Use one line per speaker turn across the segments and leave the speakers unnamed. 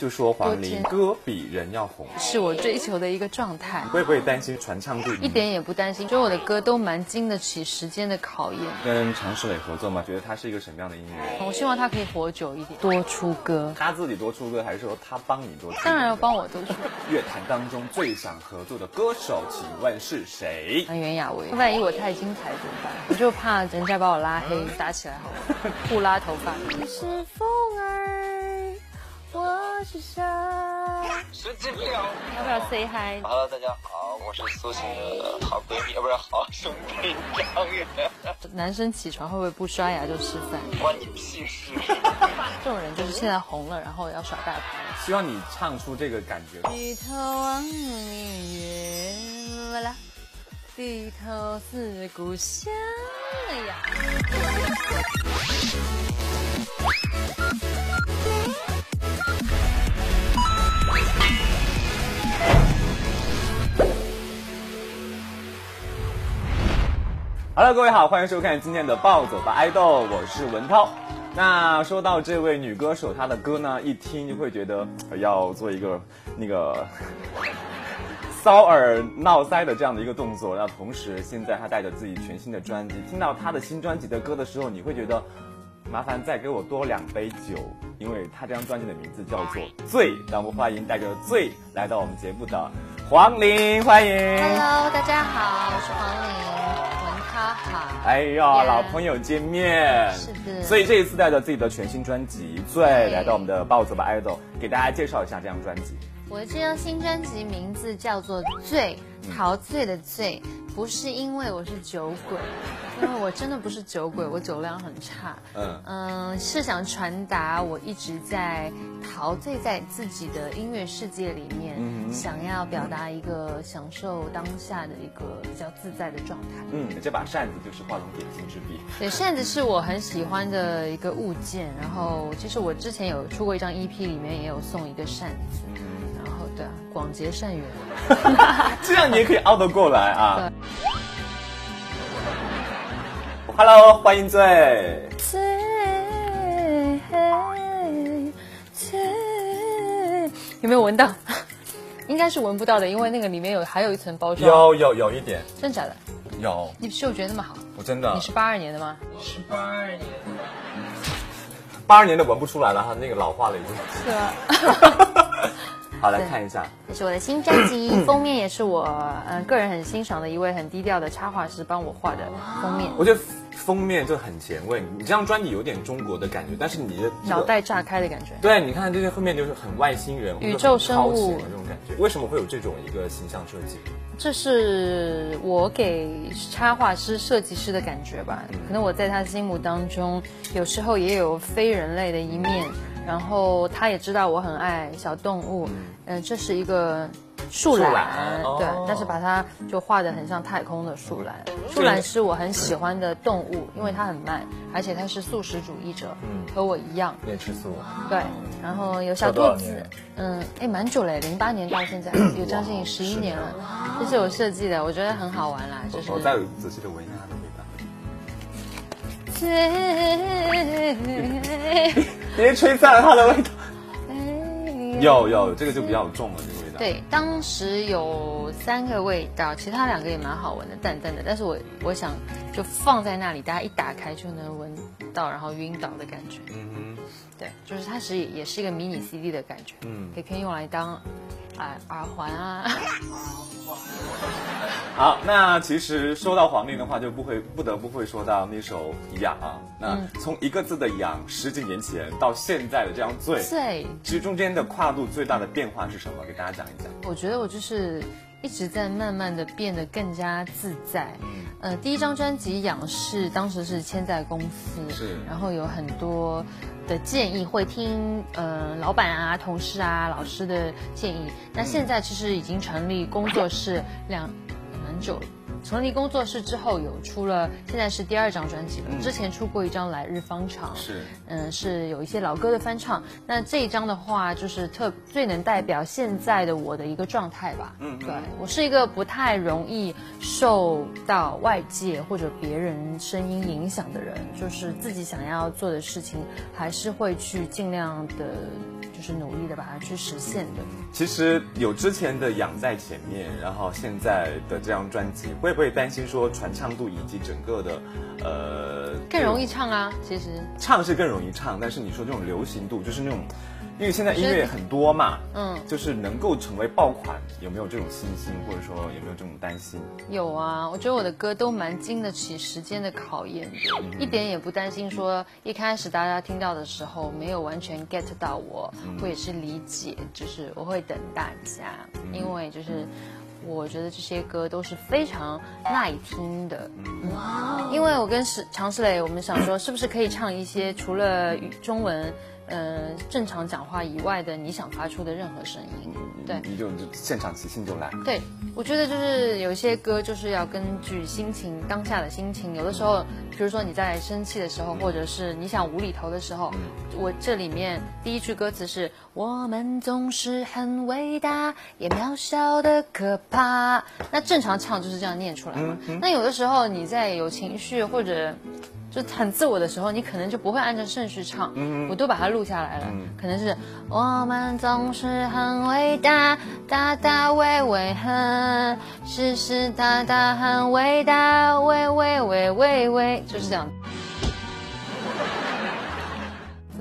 就说黄龄歌比人要红，
是我追求的一个状态。
会不会担心传唱度？
一点也不担心，觉得我的歌都蛮经得起时间的考验。
跟常石磊合作嘛，觉得他是一个什么样的音乐人？
我希望他可以活久一点，多出歌。
他自己多出歌，还是说他帮你多出歌？
当然要帮我多出。
乐坛当中最想合作的歌手，请问是谁？
那袁娅维。万一我太精彩怎么办？我就怕人家把我拉黑，打起来好了，互拉头发。
你是风儿，我是沙。
神经病！要
不要 say hi？
Hello，大家好，我是苏醒的好闺蜜，不是好兄弟张远。
男生起床会不会不刷牙就吃饭？
关你屁事！
这种人就是现在红了，然后要耍大牌。
希望你唱出这个感觉。
举头望明月，啦，低头思故乡呀。
Hello，各位好，欢迎收看今天的《暴走吧爱豆》，我是文涛。那说到这位女歌手，她的歌呢，一听就会觉得呃要做一个那个 搔耳闹腮的这样的一个动作。那同时，现在她带着自己全新的专辑，听到她的新专辑的歌的时候，你会觉得麻烦再给我多两杯酒，因为她这张专辑的名字叫做《醉》。让我们欢迎带着“醉”来到我们节目的黄龄，欢迎。
Hello，大家好，我是黄龄，文涛好。
哎呀，
Yeah
老朋友见面，
是的
所以这一次带着自己的全新专辑《最》
对
来到我们的暴走吧 idol，给大家介绍一下这张专辑。
我这张新专辑名字叫做《醉》，陶醉的醉，不是因为我是酒鬼，因为我真的不是酒鬼，我酒量很差。
嗯，
嗯，是想传达我一直在陶醉在自己的音乐世界里面，想要表达一个享受当下的一个比较自在的状态。
嗯，这把扇子就是画龙点睛之笔。
对，扇子是我很喜欢的一个物件，然后其实我之前有出过一张 EP，里面也有送一个扇子，然后对啊，广结善缘。
这样你也可以熬得过来啊。Hello，欢迎醉。
醉醉，
有没有闻到？ 应该是闻不到的，因为那个里面有还有一层包装。
有有有一点，
真假的？
有，
你嗅觉那么好？
我真的
你是八二年的吗？
八二年的闻不出来了，哈，那个老化了已经。
是啊。
好，来看一下，
这是我的新专辑，封面也是我嗯个人很欣赏的一位很低调的插画师帮我画的封面。
我觉得封面就很前卫，你这张专辑有点中国的感觉，但是你的这个
脑袋炸开的感觉，
对，你看这些后面就是很外星人、
宇宙生物
或者很超前的这种感觉，为什么会有这种一个形象设计？
这是我给插画师、设计师的感觉吧。
嗯
可能我在他心目当中，有时候也有非人类的一面，然后他也知道我很爱小动物，嗯、这是一个。树
树
懒，
懒哦
对，但是把它就画得很像太空的树懒。树懒是我很喜欢的动物，因为它很慢，而且它是素食主义者，
嗯
和我一样。
也吃啊素，
对，然后有小
多少
兔子
年，
嗯，哎，蛮久嘞，零八年到现在有将近十一年了，这是我设计的，我觉得很好玩啦，就是
我哦再仔细的闻一下它的味道。
对
别吹散啊了它的味道。 有有，这个就比较重了，这个味道。，
对，当时有三个味道，其他两个也蛮好闻的，淡淡的，但是我我想就放在那里，大家一打开就能闻到，然后晕倒的感觉，
嗯哼，
对，就是它是也是一个迷你 CD 的感觉，嗯，也可以用来当啊耳环啊。
好，那其实说到黄龄的话，就不会不得不会说到那首《痒》啊。那
嗯
从一个字的“痒”，十几年前到现在的这样醉，
对，
其实中间的跨度最大的变化是什么？给大家讲一讲。
我觉得我就是一直在慢慢的变得更加自在。
嗯
呃，第一张专辑《仰视》当时是签在公司，
是
然后有很多的建议会听，呃，老板啊、同事啊、老师
嗯
的建议。那现在其实已经成立工作室两蛮久了。成立工作室之后有出了，现在是第二张专辑了，之前出过一张《来日方长》，
嗯是
嗯，是有一些老歌的翻唱。那这一张的话，就是特最能代表现在的我的一个状态吧。嗯，对我是一个不太容易受到外界或者别人声音影响的人，就是自己想要做的事情，还是会去尽量的，就是努力的把它去实现的。
其实有之前的《养在前面》，然后现在的这张专辑，会不会担心说传唱度以及整个的，呃，
更容易唱啊，其实
唱是更容易唱，但是你说这种流行度，就是那种，因为现在音乐很多嘛，嗯
嗯，
就是能够成为爆款，有没有这种信心，或者说有没有这种担心？
有啊，我觉得我的歌都蛮经得起时间的考验的，一点也不担心说一开始大家听到的时候没有完全 get 到我，或者是理解，就是我会等大家，因为就是我觉得这些歌都是非常耐听的，因为我跟史常石磊，我们想说，是不是可以唱一些除了语中文，呃，正常讲话以外的，你想发出的任何声音？对
你就就现场即兴就来，
对，我觉得就是有一些歌就是要根据心情当下的心情，有的时候，比如说你在生气的时候，或者是你想无厘头的时候，我这里面第一句歌词是“我们总是很伟大，也渺小的可怕”，那正常唱就是这样念出来嘛。那有的时候你在有情绪或者就很自我的时候，你可能就不会按照顺序唱，
嗯
我都把它录下来了，可能是我们总是很伟大，大大伟伟很，世世大大很伟大，伟伟伟伟伟，就是这样，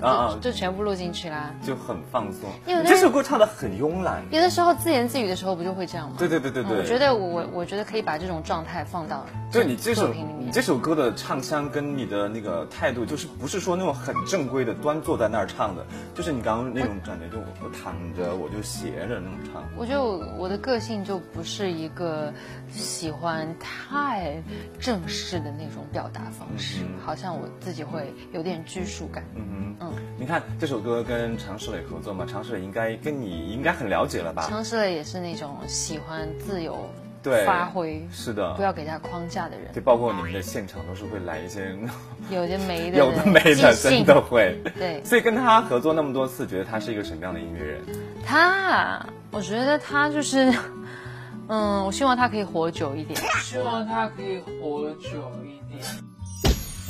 啊啊，
就全部录进去啦。
就很放松。
嗯因为
你这首歌唱的很慵懒，
有的时候自言自语的时候不就会这样吗？
对对对对
嗯
对，
我觉得我我我觉得可以把这种状态放到
就你这首
作品里面
你这首歌的唱腔跟你的那个态度，就是不是说那种很正规的端坐在那儿唱的，就是你刚刚那种感觉，就我我躺着我就斜着那种唱。
我觉得我我的个性就不是一个喜欢太正式的那种表达方式，好像我自己会有点拘束感。
嗯哼
嗯，
你看这首歌跟常石磊合作嘛，常石磊应该跟你应该很了解了吧？
尝试了也是那种喜欢自由
对
发挥，
是的，
不要给他框架的人，
对，包括你们的现场都是会来一些
有的没的人，
有的没的，
即
真
兴
的会。
对
所以跟他合作那么多次，觉得他是一个什么样的音乐人？
他啊，我觉得他就是， 嗯，我希望他可以活久一点。
希望他可以活久一点。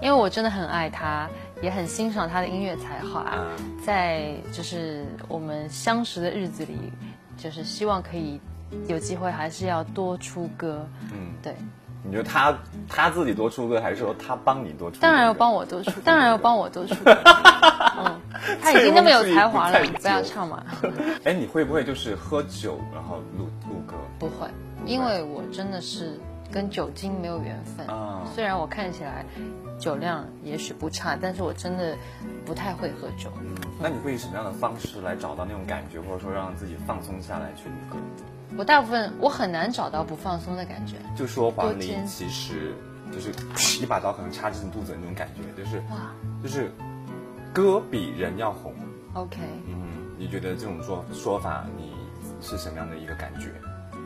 因为我真的很爱他，也很欣赏他的音乐才华。
嗯
在就是我们相识的日子里，就是希望可以有机会，还是要多出歌。
嗯
嗯，对，
你觉得他他自己多出歌，还是说他帮你多出歌？
当然要帮我多出，当然要帮我多出歌。嗯，他已经那么有才华了，
这个问题
你不要唱嘛。
哎，你会不会就是喝酒然后录录歌？
不会，因为我真的是跟酒精没有缘分。
啊
虽然我看起来酒量也许不差，但是我真的不太会喝酒。
那你会以什么样的方式来找到那种感觉，或者说让自己放松下来去录歌？
我大部分我很难找到不放松的感觉。
就说黄
多
龄
煎
其实就是一把刀可能插进肚子的那种感觉，就是
哇
就是歌比人要红。
OK，
嗯，你觉得这种说说法你是什么样的一个感觉？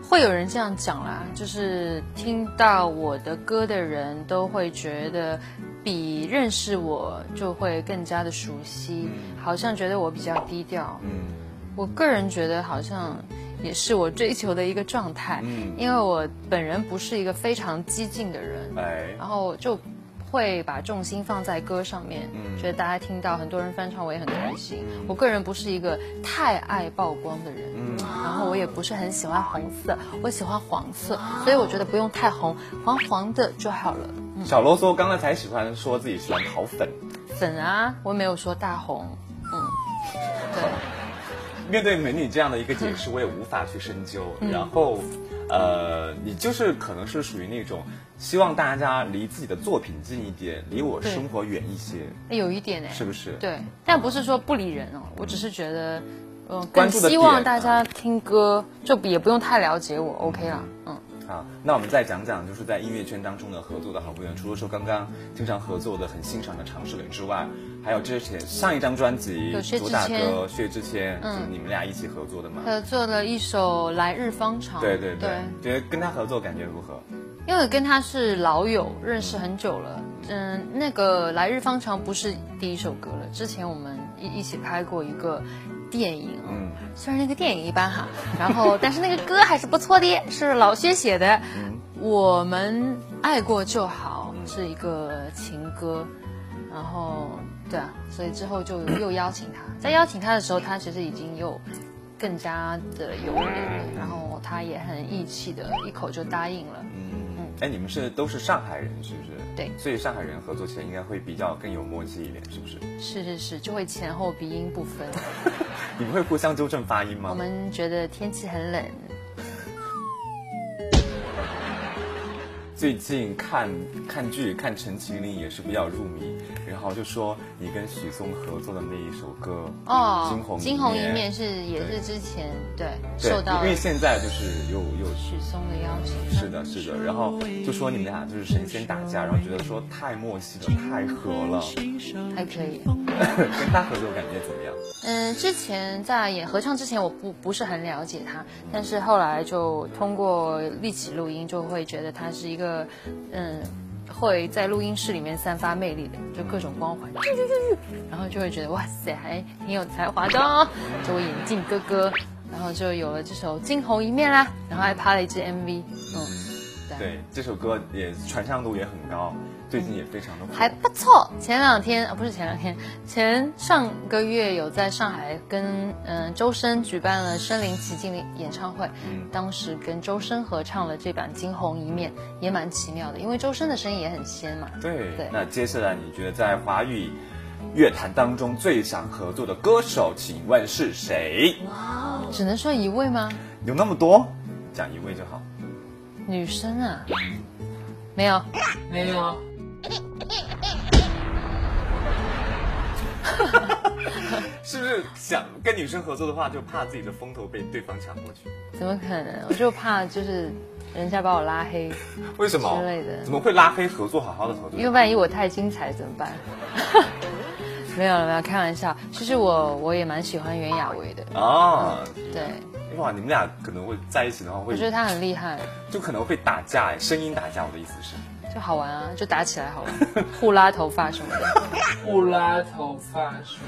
会有人这样讲啦，就是听到我的歌的人都会觉得，比认识我就会更加的熟悉，好像觉得我比较低调。
嗯
我个人觉得好像也是我追求的一个状态，
嗯
因为我本人不是一个非常激进的人，
哎，
然后就会把重心放在歌上面，
嗯
觉得大家听到很多人翻唱我也很开心。我个人不是一个太爱曝光的人，
嗯
然后我也不是很喜欢红色，我喜欢黄色，所以我觉得不用太红，黄黄的就好了。
小啰嗦刚才才喜欢说自己喜欢讨粉，
粉啊，我没有说大红，嗯，对。
面对美女这样的一个解释，我也无法去深究。
嗯
然后，呃，你就是可能是属于那种希望大家离自己的作品近一点，离我
对
生活远一些，
哎有一点哎，
是不是
对，但不是说不理人哦，我只是觉得，嗯，
关
更
注的
希望
点啊
大家听歌，就也不用太了解我，OK 啦，嗯，
好，啊那我们再讲讲，就是在音乐圈当中的合作的好朋友。除了说刚刚经常合作的、很欣赏的常石磊之外，还有之前上一张专辑
有薛之
主打
谦
歌薛之谦，
嗯
就是你们俩一起合作的嘛？
呃，做了一首《来日方长》。
对对对，觉得跟他合作感觉如何？
因为跟他是老友，认识很久了。嗯，那个《来日方长》不是第一首歌了，之前我们一一起拍过一个电影，
嗯，
虽然那个电影一般哈，然后但是那个歌还是不错的，是老薛写的。我们爱过就好是一个情歌，然后对啊，所以之后就又邀请他，在邀请他的时候，他其实已经有更加的有脸，然后他也很义气的，一口就答应了。
嗯，哎，你们是都是上海人是不是？
对
所以上海人合作起来应该会比较更有默契一点，是不是？
是是是，就会前后鼻音不分。
你们会互相纠正发音吗？
我们觉得天气很冷，
最近看看剧，看《陈情令》也是比较入迷，然后就说你跟许嵩合作的那一首歌
哦，
惊鸿
惊鸿一面》是也
对
是之前对
对
受到
因为现在就是有有
许嵩的邀请，
是的，是的，然后就说你们俩就是神仙打架，然后觉得说太默契了，太合了，
还可以。
跟他合作感觉怎么样？
嗯，之前在演合唱之前，我不不是很了解他，但是后来就通过一起录音，就会觉得他是一个，嗯，会在录音室里面散发魅力的，就各种光环，然后就会觉得哇塞，还挺有才华的哦，就我眼镜哥哥，然后就有了这首《惊鸿一面》啦，然后还拍了一支 MV，嗯，
对，这首歌也传唱度也很高，最近也非常的火。
还不错。前两天啊，不是前两天，前上个月有在上海跟嗯、呃周深举办了身临其境的演唱会，当时跟周深合唱了这版《惊鸿一面》，也蛮奇妙的，因为周深的声音也很仙嘛。
对，
对
那接下来你觉得在华语乐坛当中最想合作的歌手，请问是谁？
只能说一位吗？
有那么多，讲一位就好。
女生啊，没有，
没有，
是不是想跟女生合作的话，就怕自己的风头被对方抢过去？
怎么可能？我就怕就是人家把我拉黑，
为什么？
之类的
怎么会拉黑合作好好的合作
因？为万一我太精彩怎么办？ 没有了，没有，开玩笑。其实我我也蛮喜欢袁娅维的，
啊，
对。
哇，你们俩可能会在一起的话会
我觉得他很厉害，
就可能会打架哎，声音打架，我的意思是，
就好玩啊，就打起来好玩，互拉头发什么的，
不拉头发是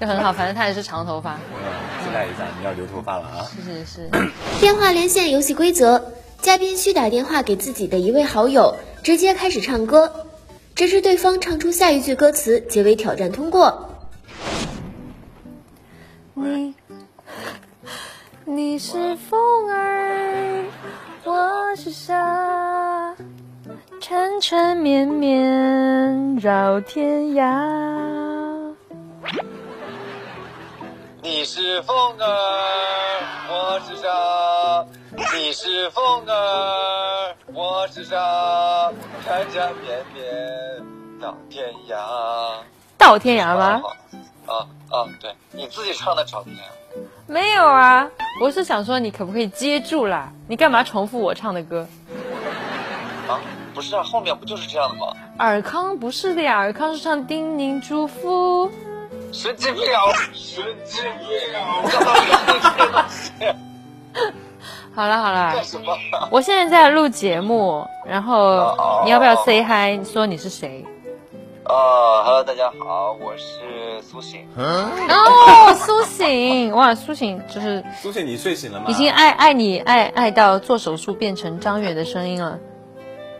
就很好。反正他也是长头发，
嗯，期待一下，你要留头发了啊。
是是 是。
电话连线游戏规则：嘉宾需打电话给自己的一位好友，直接开始唱歌，直至对方唱出下一句歌词，结为挑战通过。
你
你是风儿，我是沙，缠缠绵绵绕天涯。
你是风儿，我是沙。你是风儿，我是沙，缠缠绵绵到天涯。
到天涯
啊
哦
吗？
啊啊！对你自己唱的找天涯。
没有啊，我是想说你可不可以接住啦？你干嘛重复我唱的歌？
啊，不是啊，后面不就是这样的吗？
尔康不是的呀，尔康是唱《叮咛嘱咐》。
神经病啊！神经病啊！我刚刚这些东西
好了好了
干，什么？哦
我现在在录节目，然后你要不要 say hi？你说你是谁？
啊，Hello，大家好，我是苏醒。嗯
哦，苏醒，哇，苏醒就是
苏雪，你睡醒了吗？
已经爱爱你爱爱到做手术变成张远的声音了。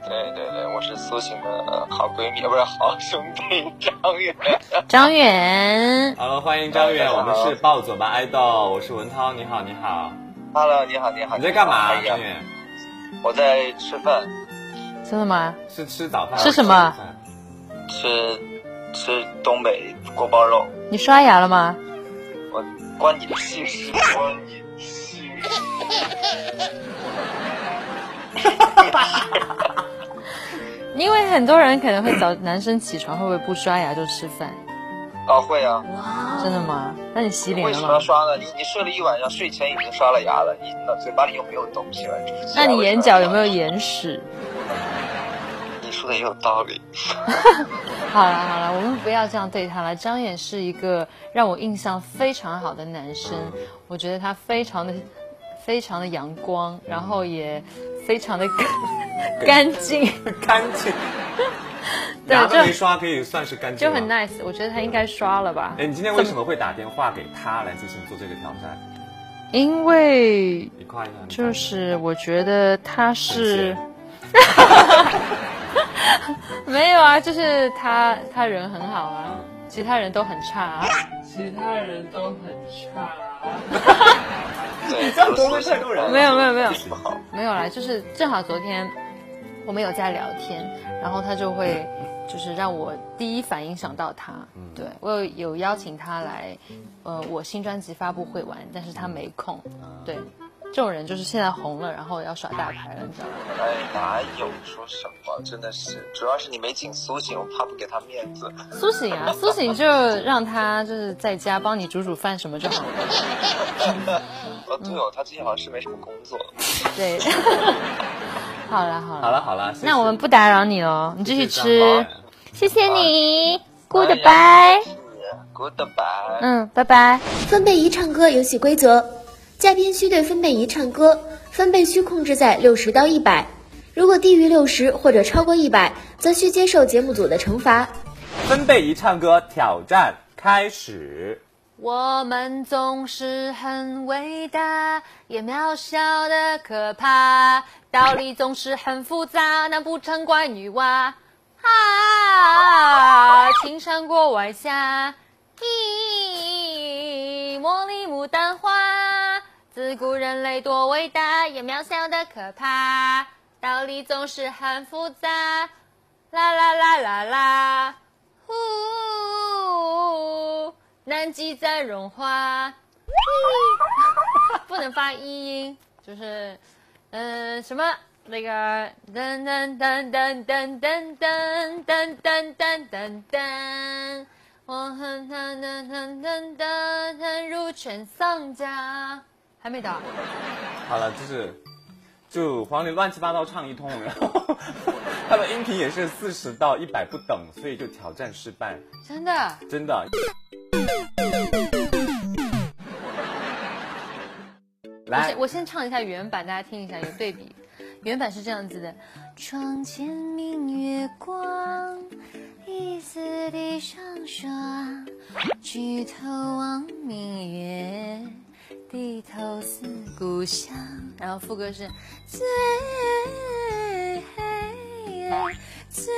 对对对，我是苏醒的好闺蜜，不是好兄弟张远。
张远，
好了，欢迎张远，
大
我
家好
们是暴走吧爱豆，我是文涛，你好，你好，
Hello，你好，你好。
你在干嘛？啊
哎呀
张远
我在吃饭，
真的吗？
是吃早饭？
吃什么？
吃吃东北锅包肉。
你刷牙了吗？
我关你屁事！关你屁事！
因为很多人可能会早男生起床会不会不刷牙就吃饭？
啊，会啊，
真的吗？那你洗脸
为
了
什么要
吗？
刷呢？你你睡了一晚上，睡前已经刷了牙了，你那嘴巴里又没有东西了，你就是起来
那你眼
为什么
角
要
有
刷
没有眼屎？
你说的也有道理。
好了好了，我们不要这样对他了。张远是一个让我印象非常好的男生，我觉得他非常的非常的阳光，然后也非常的 干嗯干净，啊
干净，
对
牙都
就
没刷可以算是干净
就
吗
很。nice。我觉得他应该刷了吧
哎，。你今天为什么会打电话给他来进行做这个挑战？
因为
你夸一下，你夸
就
一下
是我觉得他是
很，
没有啊，就是他他人很好啊，其他人都很差啊。
其他人都很差。
你
这样多会太多人了
没有没有没有
不好。
没有啦，就是正好昨天我们有在聊天，然后他就会
嗯
就是让我第一反应想到他，对我有有邀请他来，呃，我新专辑发布会玩，但是他没空，
嗯
对，这种人就是现在红了，然后要耍大牌了，你知道吗？
哎，哪有说什么？真的是，主要是你没请苏醒，我怕不给他面子。
苏醒啊，苏醒就让他就是在家帮你煮煮饭什么就好了，
嗯
哦，对哦，他最近好像是没什么工作。
对， 好啦好
好
啦，
了好了，谢谢
那我们不打扰你哦，你继续
谢谢张
吃
老，
谢谢你
哎呀
，Goodbye，
Goodbye。
嗯，拜拜。
分贝仪唱歌游戏规则：嘉宾需对分贝仪唱歌，分贝需控制在六十到一百，如果低于六十或者超过一百，则需接受节目组的惩罚。
分贝一唱歌挑战开始。
我们总是很伟大，也渺小的可怕，道理总是很复杂，难不成怪女娲？啊，青山过晚霞，咦，茉莉牡丹花，自古人类多伟大，也渺小的可怕，道理总是很复杂，啦啦啦啦啦，呼，南极在融化，咦不能发一音，就是，嗯、什么那个噔噔噔噔噔噔噔噔噔噔噔噔，我恨他噔噔噔噔，恨入犬丧家，还没到，
好了，就是就黄磊乱七八糟唱一通，然后他的音频也是四十到一百不等，所以就挑战失败，
真的。
真的。
我
来
先，我先唱一下原版，大家听一下有对比。原版是这样子的：窗前明月光，疑似地上霜。举头望明月，低头思故乡。然后副歌是最最。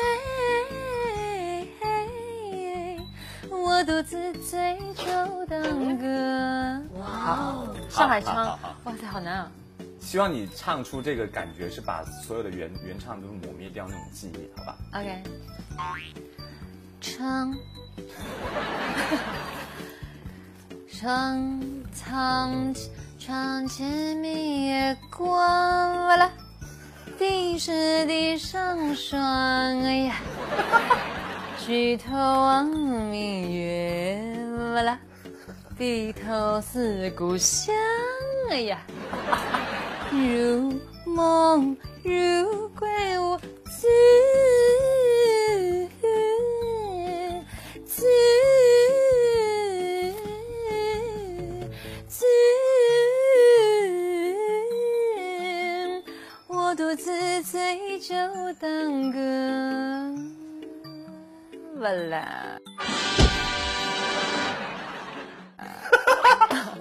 我独自醉酒当歌。哇，上
哦好好
海腔
好好，
哇塞，好难啊！
希望你唱出这个感觉，是把所有的原原唱都抹灭掉那种记忆，好吧？
OK，窗窗窗窗前明月光，完了，地是地上霜，哎呀，举头望明月，完了，低头思故乡，哎呀。如梦如归，我自自自，我独自醉酒当歌。完啦，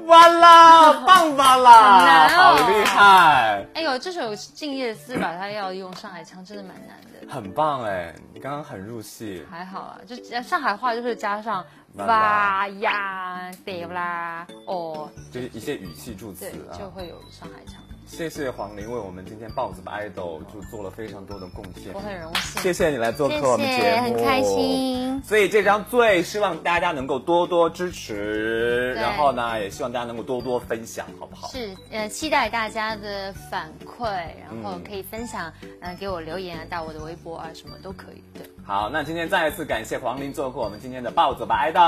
完 啦，棒吧啦，
很难哦
好厉害，
哎呦，这首《静夜思》把它要用上海腔，真的蛮难的。
很棒哎！你刚刚很入戏，
还好啊，就加上海话就是加上
哇
哇呀、对啦、哦，
就是一些语气助词
对，
啊。
就会有上海腔。
谢谢黄玲为我们今天豹子吧 idol 就做了非常多的贡献
我，很荣幸，
谢谢你来做客我们
谢
节目，
谢很开心。
所以这张最希望大家能够多多支持，
对
然后呢，也希望大家能够多多分享，好不好？
是呃，期待大家的反馈，然后
嗯
呃可以分享，嗯、给我留言啊，到我的微博啊，什么都可以。对，
好，那今天再一次感谢黄龄做客我们今天的暴走吧爱豆，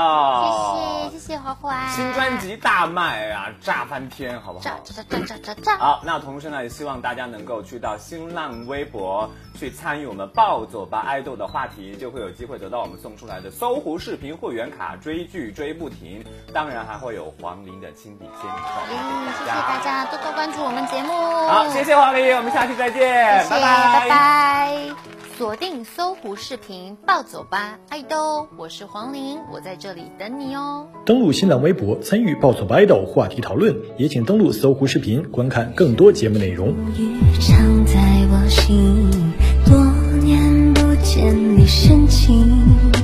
谢谢谢谢花花，
哦新专辑大卖啊，炸翻天，好不
炸
好？
炸炸炸炸炸炸，
好，那同时呢，也希望大家能够去到新浪微博去参与我们“暴走吧爱豆”的话题，就会有机会得到我们送出来的搜狐视频会员卡，追剧追不停，当然还会有黄龄的亲笔签名照片
嗯，谢
给
谢
大家。
大家多多关注我们节目，
好，谢谢黄龄，我们下期再见，
谢谢，拜拜。锁定搜狐视频，暴走吧，爱豆！我是黄玲，我在这里等你哦。
登录新浪微博参与暴走吧 idol 话题讨论，也请登录搜狐视频观看更多节目内容。
雨常在我心，多年不见你深情。